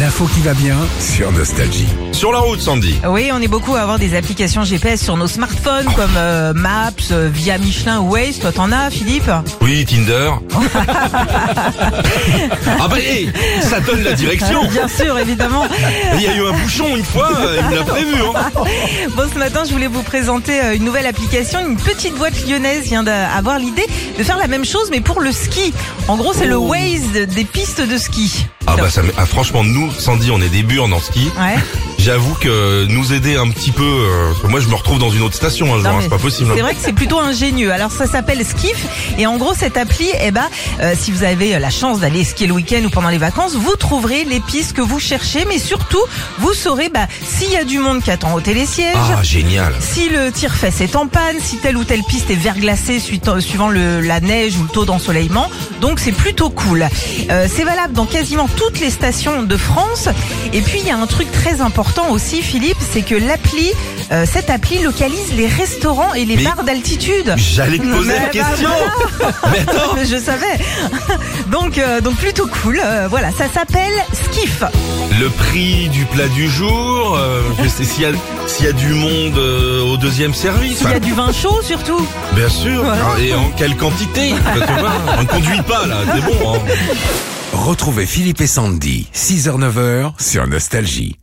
L'info qui va bien. sur Nostalgie. Sur la route, Sandy. Oui, on est beaucoup à avoir des applications GPS sur nos smartphones comme euh, Maps, euh, Via Michelin ou Waze. Toi, t'en as, Philippe Oui, Tinder. ah bah, hé, ça donne la direction. Bien sûr, évidemment. Il y a eu un bouchon une fois, euh, il me l'a prévu. hein. Bon, ce matin, je voulais vous présenter euh, une nouvelle application. Une petite boîte lyonnaise vient d'avoir l'idée de faire la même chose, mais pour le ski. En gros, c'est le Waze des pistes de ski. Ah bah, ça, me- ah, franchement, nous, Sandy, on est des burnes en ski. Ouais. J'avoue que nous aider un petit peu... euh, parce que moi, je me retrouve dans une autre station un jour, Non, hein, mais c'est pas possible. C'est vrai que c'est plutôt ingénieux. Alors ça s'appelle Skiff et en gros cette appli, eh ben, euh, si vous avez euh, la chance d'aller skier le week-end ou pendant les vacances, vous trouverez les pistes que vous cherchez, mais surtout vous saurez bah, s'il y a du monde qui attend au télésiège. Ah, génial. Si le tire-fesse est en panne, si telle ou telle piste est verglacée suite- suivant le- la neige ou le taux d'ensoleillement, donc c'est plutôt cool. Euh, c'est valable dans quasiment toutes les stations de France. Et puis il y a un truc très important aussi, Philippe, c'est que l'appli, euh, cette appli localise les restaurants et les Mais- bars d'altitude. J'allais te poser Mais la bah, question. Mais attends. Mais je savais. donc, euh, donc plutôt cool. Euh, voilà, ça s'appelle Skiff. Le prix du plat du jour, euh, je sais, s'il y, a- s'il y a du monde euh, au deuxième service. Il y a du vin chaud surtout. Bien sûr. Ah, Voilà. Et en quelle quantité Bah, tu vois, On ne conduit pas là, c'est bon. hein. Retrouvez Philippe et Sandy, 6h-9h sur Nostalgie.